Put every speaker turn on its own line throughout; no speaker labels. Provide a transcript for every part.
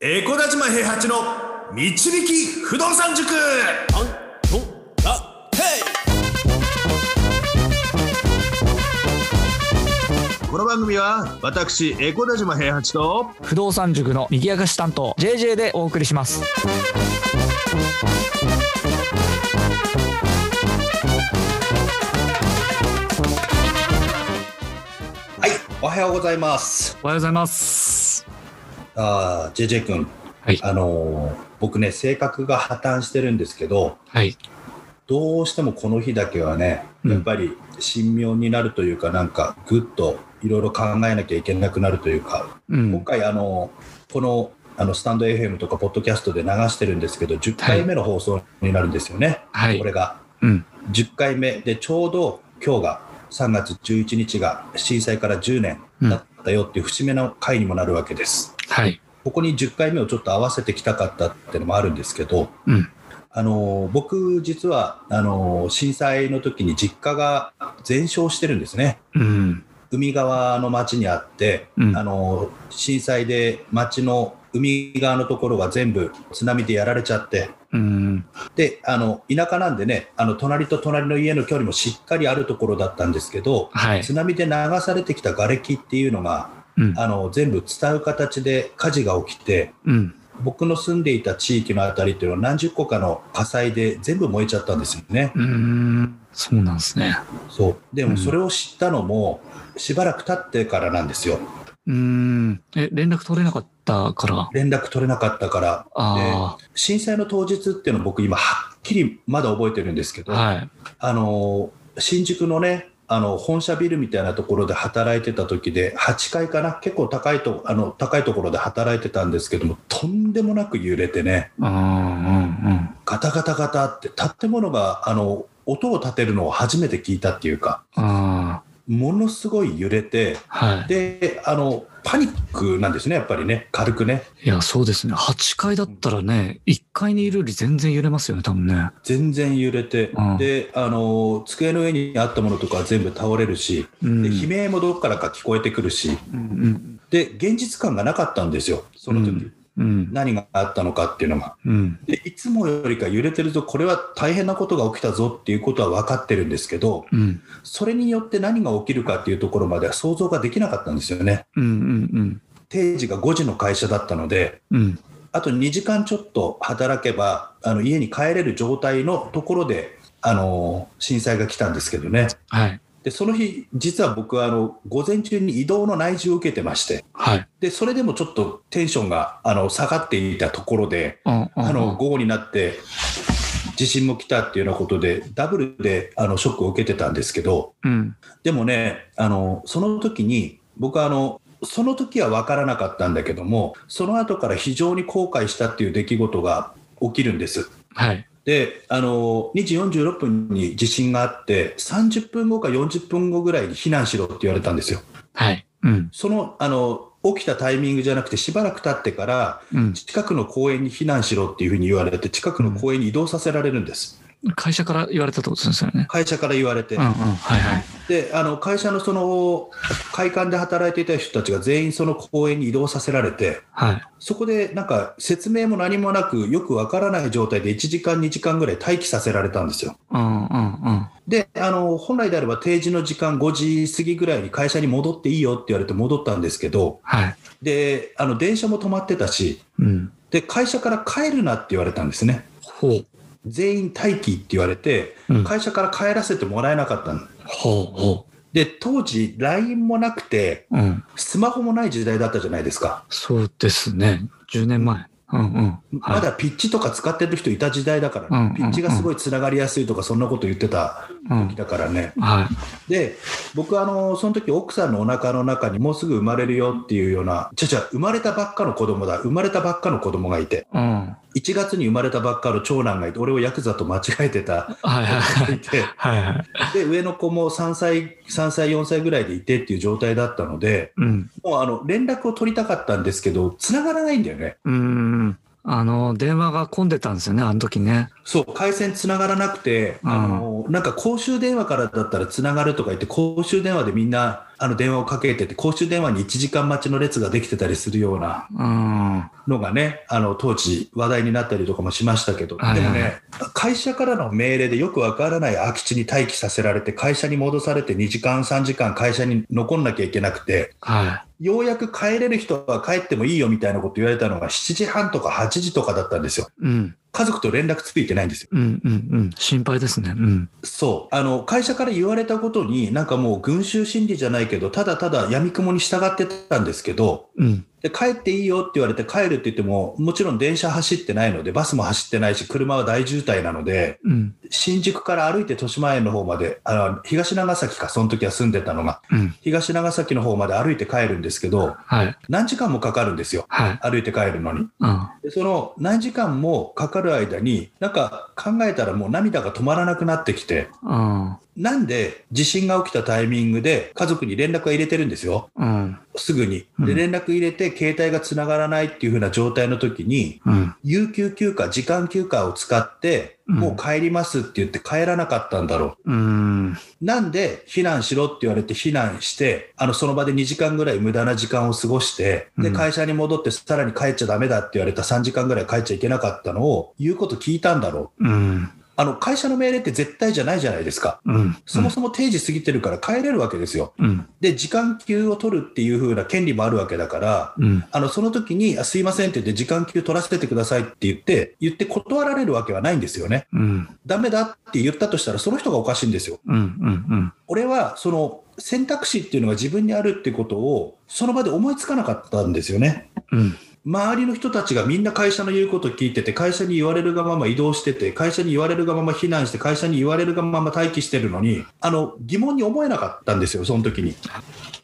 エコダ島平八の導き不動産塾
アントラテ
この番組は私エコダ島平八と
不動産塾の賑やかし担当 JJ でお送りします
はい、おはようございます。
おはようございます
あー JJ 君、
はい
あのー僕ね、性格が破綻してるんですけど、
はい
どうしてもこの日だけはね、
うん
やっぱり神妙になるというか、なんかぐっといろいろ考えなきゃいけなくなるというか、
う
今
ん
回、あのーこのあのスタンド FM とか、ポッドキャストで流してるんですけど、10回目の放送になるんですよね、
は
これが。
うん
10回目でちょうど今日が3月11日が震災から10年だったよっていう節目の回にもなるわけです。
はい
ここに10回目をちょっと合わせてきたかったっていうのもあるんですけど、
うん
あの僕実はあの震災の時に実家が全焼してるんですね。
うん
海側の町にあって、
うん
あの震災で町の海側のところが全部津波でやられちゃって、
うん
であの田舎なんでねあの隣と隣の家の距離もしっかりあるところだったんですけど
はい
津波で流されてきた瓦礫っていうのが
うん
あの全部伝う形で火事が起きて
うん
僕の住んでいた地域のあたりっていうのは何十個かの火災で全部燃えちゃったんですよね。
うんそうなんですね
そうで
う
も
ん
それを知ったのもしばらく経ってからなんですよ
うんえ連絡取れなかったから
連絡取れなかったから
あ
震災の当日っていうのを僕今はっきりまだ覚えてるんですけ
あ
ど、
はい
あの新宿のねあの本社ビルみたいなところで働いてた時で8階かな結構高いとあの高いところで働いてたんですけどもとんでもなく揺れてね
うんうん
ガタガタガタって建物があの音を立てるのを初めて聞いたっていうか
うんあ
ものすごい揺れて
あはい
であのパニックなんですねやっぱりね軽くね
いやそうですね8階だったらね1階にいるより全然揺れますよね多分ね
全然揺れて、
うん
であの机の上にあったものとかは全部倒れるし、
うん
で悲鳴もどっからか聞こえてくるし、
うん
で現実感がなかったんですよその時、
うん
何があったのかっていうのが
うん
でいつもよりか揺れてるぞこれは大変なことが起きたぞっていうことは分かってるんですけど
うん
それによって何が起きるかっていうところまでは想像ができなかったんですよね
うんうん
定時が5時の会社だったので
うんうん
あと2時間ちょっと働けばあの家に帰れる状態のところであの震災が来たんですけどね
はい
でその日実は僕はあの午前中に移動の内示を受けてまして
はい
でそれでもちょっとテンションがあの下がっていたところで、
あ
あの午後になって地震も来たっていうようなことでダブルであのショックを受けてたんですけど
うん
でもねあのその時に僕はあのその時は分からなかったんだけどもその後から非常に後悔したっていう出来事が起きるんです。
はい
であの2時46分に地震があって30分後か40分後ぐらいに避難しろって言われたんですよ。
はいうん
そのあの起きたタイミングじゃなくてしばらく経ってから
うん
近くの公園に避難しろっていうふうに言われて近くの公園に移動させられるんです
会社から言われたってことですよね
会社から言われて、
うんうんはいはい
であの会社のその会館で働いていた人たちが全員その公園に移動させられて
はい
そこでなんか説明も何もなくよくわからない状態で1時間2時間ぐらい待機させられたんですよ
うんうんうん
であの本来であれば定時の時間5時過ぎぐらいに会社に戻っていいよって言われて戻ったんですけど
はい
であの電車も止まってたし
うん
で会社から帰るなって言われたんですね
ほう
全員待機って言われて
うん
会社から帰らせてもらえなかったの
ほうほ
で当時 LINE もなくて
ううん
スマホもない時代だったじゃないですか
そうですね10年前うんうん
まだピッチとか使ってる人いた時代だからね、
うんうんうん
ピッチがすごいつながりやすいとかそんなこと言ってた
う
時
ん
だからね
はい
で僕あのその時奥さんのお腹の中にもうすぐ生まれるよっていうようなちゃちゃ生まれたばっかの子供だ生まれたばっかの子供がいて
うんはい
1月に生まれたばっかの長男がいて俺をヤクザと間違えて た
はい
子
は
が
い
いて
はいはい
で上の子も3歳3歳4歳ぐらいでいてっていう状態だったので
うん
もうあの連絡を取りたかったんですけど繋がらないんだよね
うんあの電話が混んでたんですよねあの時ね
そう回線繋がらなくて、
うん
あのなんか公衆電話からだったら繋がるとか言って公衆電話でみんなあの電話をかけてて、公衆電話に1時間待ちの列ができてたりするような
うん。
のがね、あの当時話題になったりとかもしましたけど、で
はいはい
もね、会社からの命令でよくわからない空き地に待機させられて、会社に戻されて2時間、3時間会社に残んなきゃいけなくて、
は
ようやく帰れる人は帰ってもいいよみたいなこと言われたのが7時半とか8時とかだったんですよ。
い。うん。
家族と連絡ついてないんですよ。
うんうんうん。心配ですね。うん。
そう。あの、会社から言われたことに、なんかもう群衆心理じゃないけど、ただただ闇雲に従ってたんですけど、
うん。
で帰っていいよって言われて帰るって言っても、もちろん電車走ってないので、バスも走ってないし、車は大渋滞なので、
うん。
新宿から歩いて豊島園の方まで、あの東長崎か、その時は住んでたのが、
うん。
東長崎の方まで歩いて帰るんですけど、
はい。
何時間もかかるんですよ。
はい。
歩いて帰るのに。
うん。
でその何時間もかかる間に、なんか考えたらもう涙が止まらなくなってきて、
うん。
なんで地震が起きたタイミングで家族に連絡は入れてるんですよ。
うん。
すぐに。
う
で、
ん
連絡入れて携帯が繋がらないっていう風な状態の時に、
うん。
有給休暇、時間休暇を使って、
うん
もう帰りますって言って帰らなかったんだろ
うん。
う。なんで避難しろって言われて避難して、あの、その場で2時間ぐらい無駄な時間を過ごして、で、
うん
会社に戻ってさらに帰っちゃダメだって言われた3時間ぐらい帰っちゃいけなかったのを言うこと聞いたんだろう。
うん。
あの、会社の命令って絶対じゃないじゃないですか。
うん。
そもそも定時過ぎてるから帰れるわけですよ。
うん。
で、時間給を取るっていう風な権利もあるわけだから、
うん。
あの、その時に、あすいませんって言って、時間給取らせてくださいって言って、言って断られるわけはないんですよね。
うん。
ダメだって言ったとしたら、その人がおかしいんですよ。
うん。うん。
俺は、その、選択肢っていうのが自分にあるってことを、その場で思いつかなかったんですよね。
うん。
周りの人たちがみんな会社の言うことを聞いてて、会社に言われるがまま移動してて、会社に言われるがまま避難して、会社に言われるがまま待機してるのに、あの、疑問に思えなかったんですよ、その時に。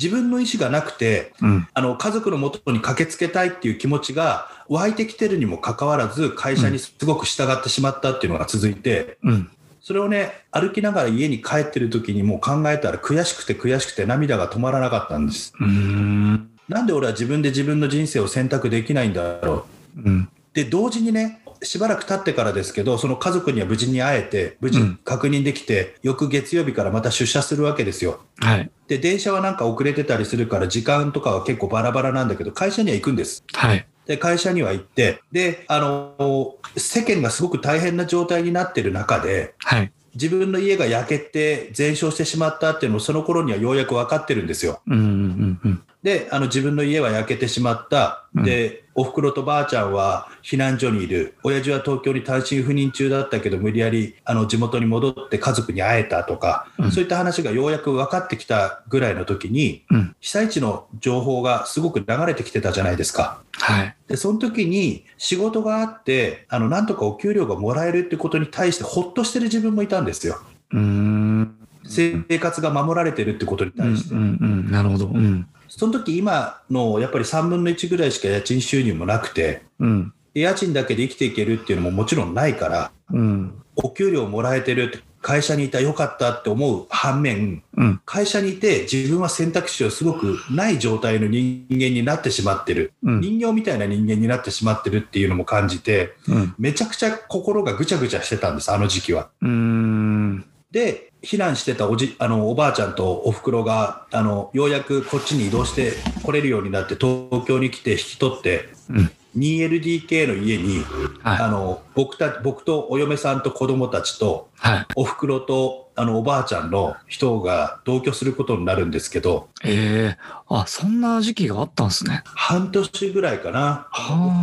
自分の意思がなくて、
うん。
あの家族のもとに駆けつけたいっていう気持ちが湧いてきてるにもかかわらず会社にすごく従ってしまったっていうのが続いて
うん。
それをね歩きながら家に帰ってる時にもう考えたら悔しくて悔しくて涙が止まらなかったんです
うん。
なんで俺は自分で自分の人生を選択できないんだろう
うん。
で同時にねしばらく経ってからですけどその家族には無事に会えて無事
うん
確認できて、翌月曜日からまた出社するわけですよ
はい。
で電車はなんか遅れてたりするから時間とかは結構バラバラなんだけど会社には行くんです
はい。
で会社には行ってであの世間がすごく大変な状態になってる中で
はい。
自分の家が焼けて全焼してしまったっていうのをその頃にはようやく分かってるんですよ。
うん。うん。うん。
であの自分の家は焼けてしまった、
うん
でおふくろとばあちゃんは避難所にいる親父は東京に単身赴任中だったけど無理やりあの地元に戻って家族に会えたとか、
うん
そういった話がようやく分かってきたぐらいの時に
うん。
被災地の情報がすごく流れてきてたじゃないですか。
はい。
で、その時に仕事があって、あの、なんとかお給料がもらえるってことに対してほっとしてる自分もいたんですよ。
うん。
生活が守られてるってことに
うん。
対して。
うん。なるほど。うん。
その時今のやっぱり3分の1ぐらいしか家賃収入もなくて、
うん。
で家賃だけで生きていけるっていうのももちろんないから、
うん。
お給料もらえてるって、会社にいたよかったって思う反面、
うん。
会社にいて自分は選択肢をすごくない状態の人間になってしまってる。
うん。
人形みたいな人間になってしまってるっていうのも感じて、
うん。
めちゃくちゃ心がぐちゃぐちゃしてたんです、あの時期は。
うん。
で、避難してたおじあのおばあちゃんとおふくろがあの、ようやくこっちに移動して来れるようになって、東京に来て引き取って、
うん。
2LDK の家に、あ
はい。
の僕た僕とお嫁さんと子供たちと、
はい。
おふくろとあのおばあちゃんの人が同居することになるんですけど、
ええあ、そんな時期があったんですね。
半年ぐらいかな、
はあ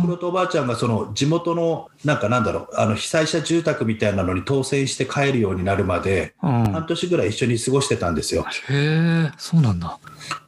おふくろとおばあちゃんがその地元の、なんかなんだろう、あの被災者住宅みたいなのに当選して帰るようになるまで、
うん。
半年ぐらい一緒に過ごしてたんですよ。
へえ、そうなんだ。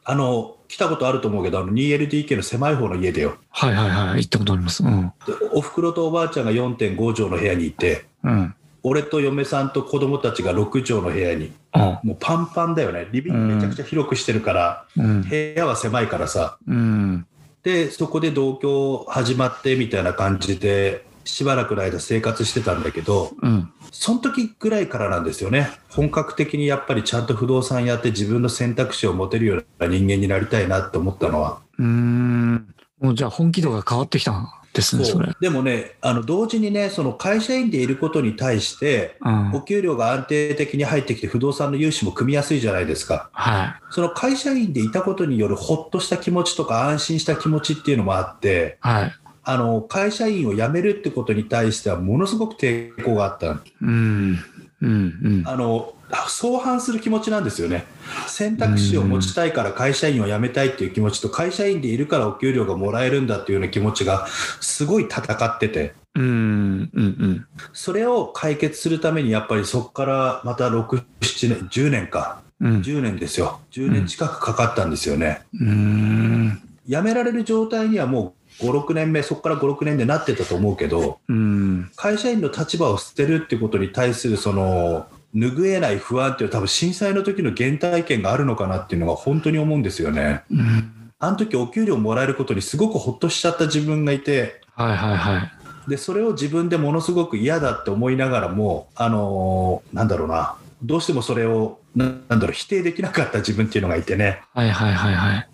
あの、来たことあると思うけど、あの 2LDK の狭い方の家でよ。
はいはいはい。行ったことあります。うん。
でおふくろとおばあちゃんが4.5畳の部屋にいて、
うん。
俺と嫁さんと子供たちが6畳の部屋に、
あ
もうパンパンだよね。リビングめちゃくちゃ広くしてるから、
うん。
部屋は狭いからさ。
うん。
で、そこで同居始まってみたいな感じで、しばらくの間生活してたんだけど、
うん。
その時ぐらいからなんですよね。本格的にやっぱりちゃんと不動産やって自分の選択肢を持てるような人間になりたいなと思ったのは。
うーん。もうじゃあ本気度が変わってきた。ですね、そ
そう
れ。
でもね、あの同時にね、その会社員でいることに対して、
うん。
お給料が安定的に入ってきて、不動産の融資も組みやすいじゃないですか。
は
その会社員でいたことによるほっとした気持ちとか安心した気持ちっていうのもあって、
い。はい。
あの会社員を辞めるってことに対してはものすごく抵抗があったの
うん。うん。うん。
あの相反する気持ちなんですよね選択肢を持ちたいから会社員を辞めたいっていう気持ちと会社員でいるからお給料がもらえるんだっていうような気持ちがすごい戦ってて
うん。うん。うん。
それを解決するためにやっぱりそこからまた67年10年か
うん。
10年ですよ10年近くかかったんですよね、
うん。
辞められる状態にはもう56年目そこから56年でなってたと思うけど
うん。
会社員の立場を捨てるってことに対するその拭えない不安っていうのは多分震災の時の原体験があるのかなっていうのが本当に思うんですよね。
うん。
あの時お給料もらえることにすごくほっとしちゃった自分がいて
はいはいはい。
でそれを自分でものすごく嫌だって思いながらもあのーなんだろうなどうしてもそれをななんだろう否定できなかった自分っていうのがいてね。
はいはいはいはい。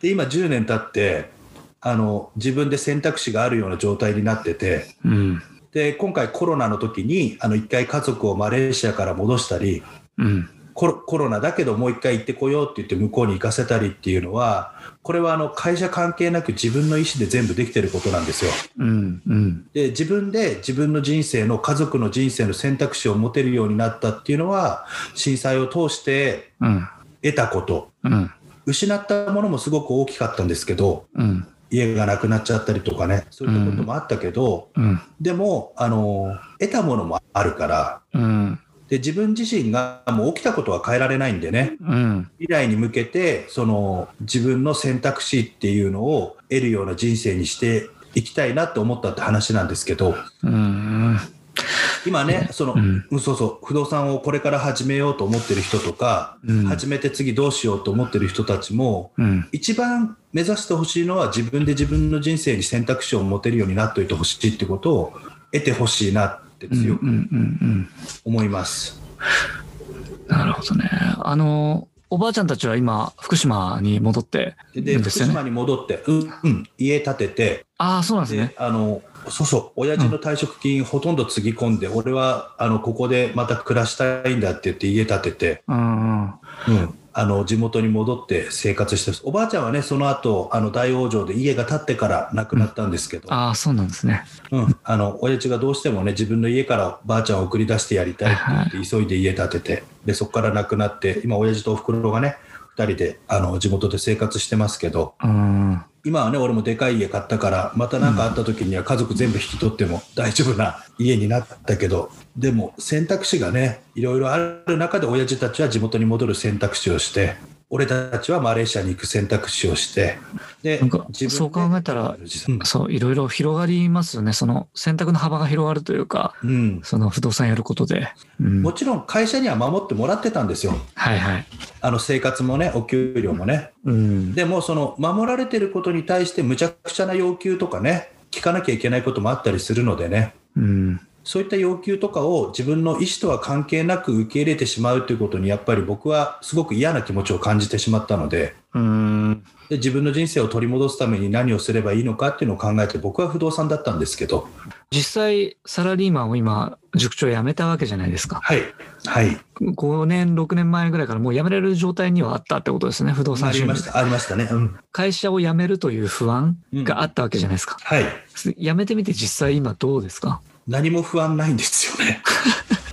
で今10年経ってあの自分で選択肢があるような状態になってて
うん。
で今回コロナの時にあの一回家族をマレーシアから戻したり
うん。
コロコロナだけどもう一回行ってこようって言って向こうに行かせたりっていうのはこれはあの会社関係なく自分の意思で全部できてることなんですよ。
うん。うん。
で自分で自分の人生の家族の人生の選択肢を持てるようになったっていうのは震災を通して
うん。
得たこと
うん。
失ったものもすごく大きかったんですけど
うん。
家がなくなっちゃったりとかねそういったこともあったけど、
うん。
でもあの得たものもあるから
うん。
で自分自身がもう起きたことは変えられないんでね
うん。
未来に向けてその自分の選択肢っていうのを得るような人生にしていきたいなって思ったって話なんですけど
うん。
今ねその、
う
うんんそうそう不動産をこれから始めようと思ってる人とか、
うん
始めて次どうしようと思ってる人たちも
うん。
一番目指してほしいのは自分で自分の人生に選択肢を持てるようになっておいてほしいってことを得てほしいなって
うん。う
強
ん。う
く
ん。
思います。
なるほどね。あの、おばあちゃんたちは今、福島に戻ってい
で
るん
福
ですよね
島。に戻って、うんうん、家建てて
ああ、そうなんです
で
ね。
あのそうそう親父の退職金ほとんどつぎ込んで、俺はあのここでまた暮らしたいんだって言って家建てて、
うんうん。
うん、あの地元に戻って生活してますおばあちゃんはねその後あの大往生で家が建ってから亡くなったんですけど、
ああ、そうなんですね。
うん、あの親父がどうしてもね自分の家からばあちゃんを送り出してやりたいって言って急いで家建ててでそこから亡くなって今親父とおふくろがね2人であの地元で生活してますけど
うん。
今はね俺もでかい家買ったからまた何かあった時には家族全部引き取っても大丈夫な家になったけどでも選択肢がねいろいろある中で親父たちは地元に戻る選択肢をして俺たちはマレーシアに行く選択肢をしてで
なんか
で
そう考えたら
うん
そう、いろいろ広がりますよね。その選択の幅が広がるというか、
うん、
その不動産やることで。うん
もちろん会社には守ってもらってたんですよ、
はいはい。
あの生活もね、お給料もね。
うん。
でも、その守られてることに対して、むちゃくちゃな要求とかね、聞かなきゃいけないこともあったりするのでね、
うん。
そういった要求とかを自分の意思とは関係なく受け入れてしまうということに、やっぱり僕はすごく嫌な気持ちを感じてしまったので。
うん。
で自分の人生を取り戻すために何をすればいいのかっていうのを考えて僕は不動産だったんですけど
実際、サラリーマンを今、塾長辞めたわけじゃないですか。
はいはい
5年、6年前ぐらいからもう辞められる状態にはあったってことですね。不動
あ
産収
り
入
まし。たありましたねうん
会社を辞めるという不安があったわけじゃないですか。
はい
辞めてみて実際今どうですか
何も不安ないんですよ ね。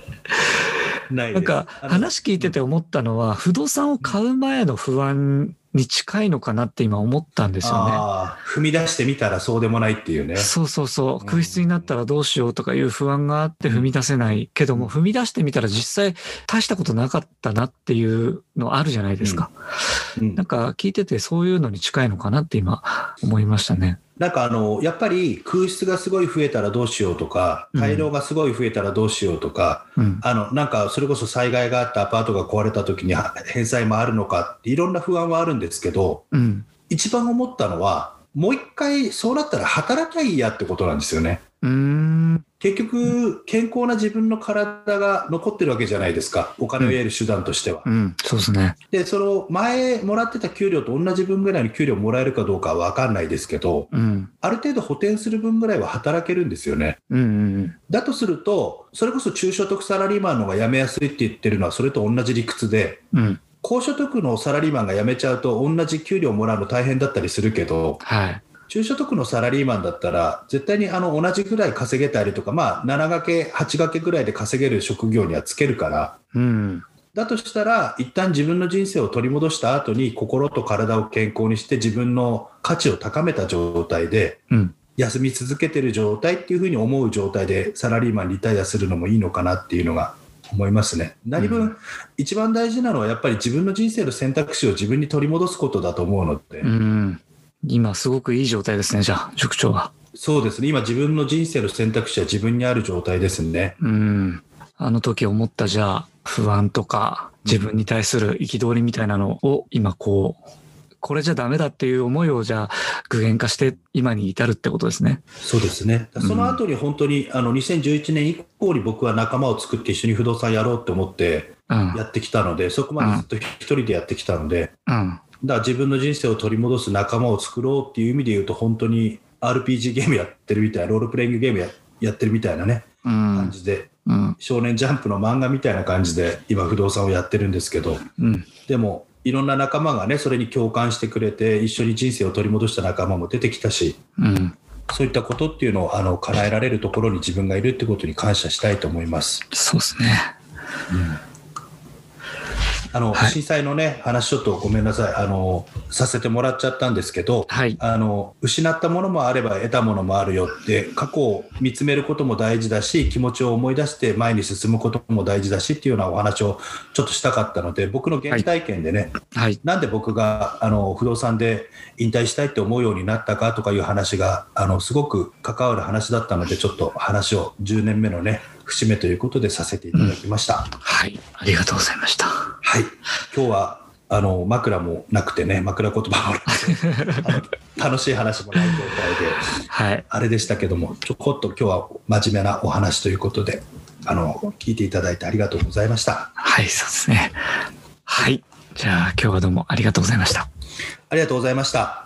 ない
な
です
んか
あの
話聞いてて思ったのは、不動産を買う前の不安に近いのかなって今思ったんですよ
あー踏み出してみたらそうでもないっていうね
ね。。そうそうそうう。
ん
空室になったらどうしようとかいう不安があって踏み出せないけども、踏み出してみたら実際大したことなかったなっていうのあるじゃないですか。
うん
なんか聞いててそういうのに近いのかなって今思いましたね。
なんかあのやっぱり空室がすごい増えたらどうしようとか
うん
大量がすごい増えたらどうしようとか、
うん。
あのなんかそれこそ災害があってアパートが壊れた時には返済もあるのかっていろんな不安はあるんですけど
うん。
一番思ったのはもう一回そうなったら働きゃいいやってことなんですよね。
うーん。
結局、健康な自分の体が残ってるわけじゃないですか。お金を得る手段としては。
うん、そうですね。
で、その前もらってた給料と同じ分ぐらいの給料もらえるかどうかは分かんないですけど、
うん。
ある程度補填する分ぐらいは働けるんですよね。
うんうん
だとすると、それこそ中所得サラリーマンの方が辞めやすいって言ってるのはそれと同じ理屈で、
うん。うん。
高所得のサラリーマンが辞めちゃうと同じ給料もらうの大変だったりするけど、
はい。
中所得のサラリーマンだったら、絶対にあの同じぐらい稼げたりとか、まあ、7掛け、8掛けぐらいで稼げる職業にはつけるから、
うん。
だとしたら、一旦自分の人生を取り戻した後に、心と体を健康にして、自分の価値を高めた状態で、
うん。
休み続けてる状態っていうふうに思う状態で、サラリーマンリタイアするのもいいのかなっていうのが。思いますね何分、
う
一番大事なのはやっぱり自分の人生の選択肢を自分に取り戻すことだと思うので、
うん。今、すごくいい状態ですね、じゃあ、塾長は。
そうですね、今、自分の人生の選択肢は自分にある状態ですね。
うん。あの時思った、じゃあ、不安とか、自分に対する憤りみたいなのを、今こう、これじゃダメだっていう思いを、じゃあ、具現化して、今に至るってことですね。
そうですね。
ん
その後に本当に、あの2011年以降に僕は仲間を作って一緒に不動産やろうと思って
うん。
やってきたので、そこまでずっと一人でやってきたので、
うん。
だから自分の人生を取り戻す仲間を作ろうっていう意味で言うと、本当に RPG ゲームやってるみたいな、ロールプレイングゲームややってるみたいなね、
う
感
ん。
じで、
うん。
少年ジャンプの漫画みたいな感じで、今、不動産をやってるんですけど。
うん。
でもいろんな仲間がねそれに共感してくれて一緒に人生を取り戻した仲間も出てきたし
うん。
そういったことっていうのをあの叶えられるところに自分がいるってことに感謝したいと思います
そうですね。
あの、
はい
震災のね話ちょっとごめんなさいあのさせてもらっちゃったんですけど
はい。
あの失ったものもあれば得たものもあるよって過去を見つめることも大事だし気持ちを思い出して前に進むことも大事だしっていうようなお話をちょっとしたかったので僕の原体験でね、
はい。
なんで僕があの不動産で引退したいって思うようになったかとかいう話があのすごく関わる話だったのでちょっと話を10年目のね節目ということでさせていただきました、
はい。ありがとうございました。
はい今日はあの枕もなくてね枕言葉もなくてあの楽しい話もない状態で
はい。
あれでしたけどもちょこっと今日は真面目なお話ということであの聞いていただいてありがとうございました
はい、そうですね。はい。じゃあ今日はどうもありがとうございました。
ありがとうございました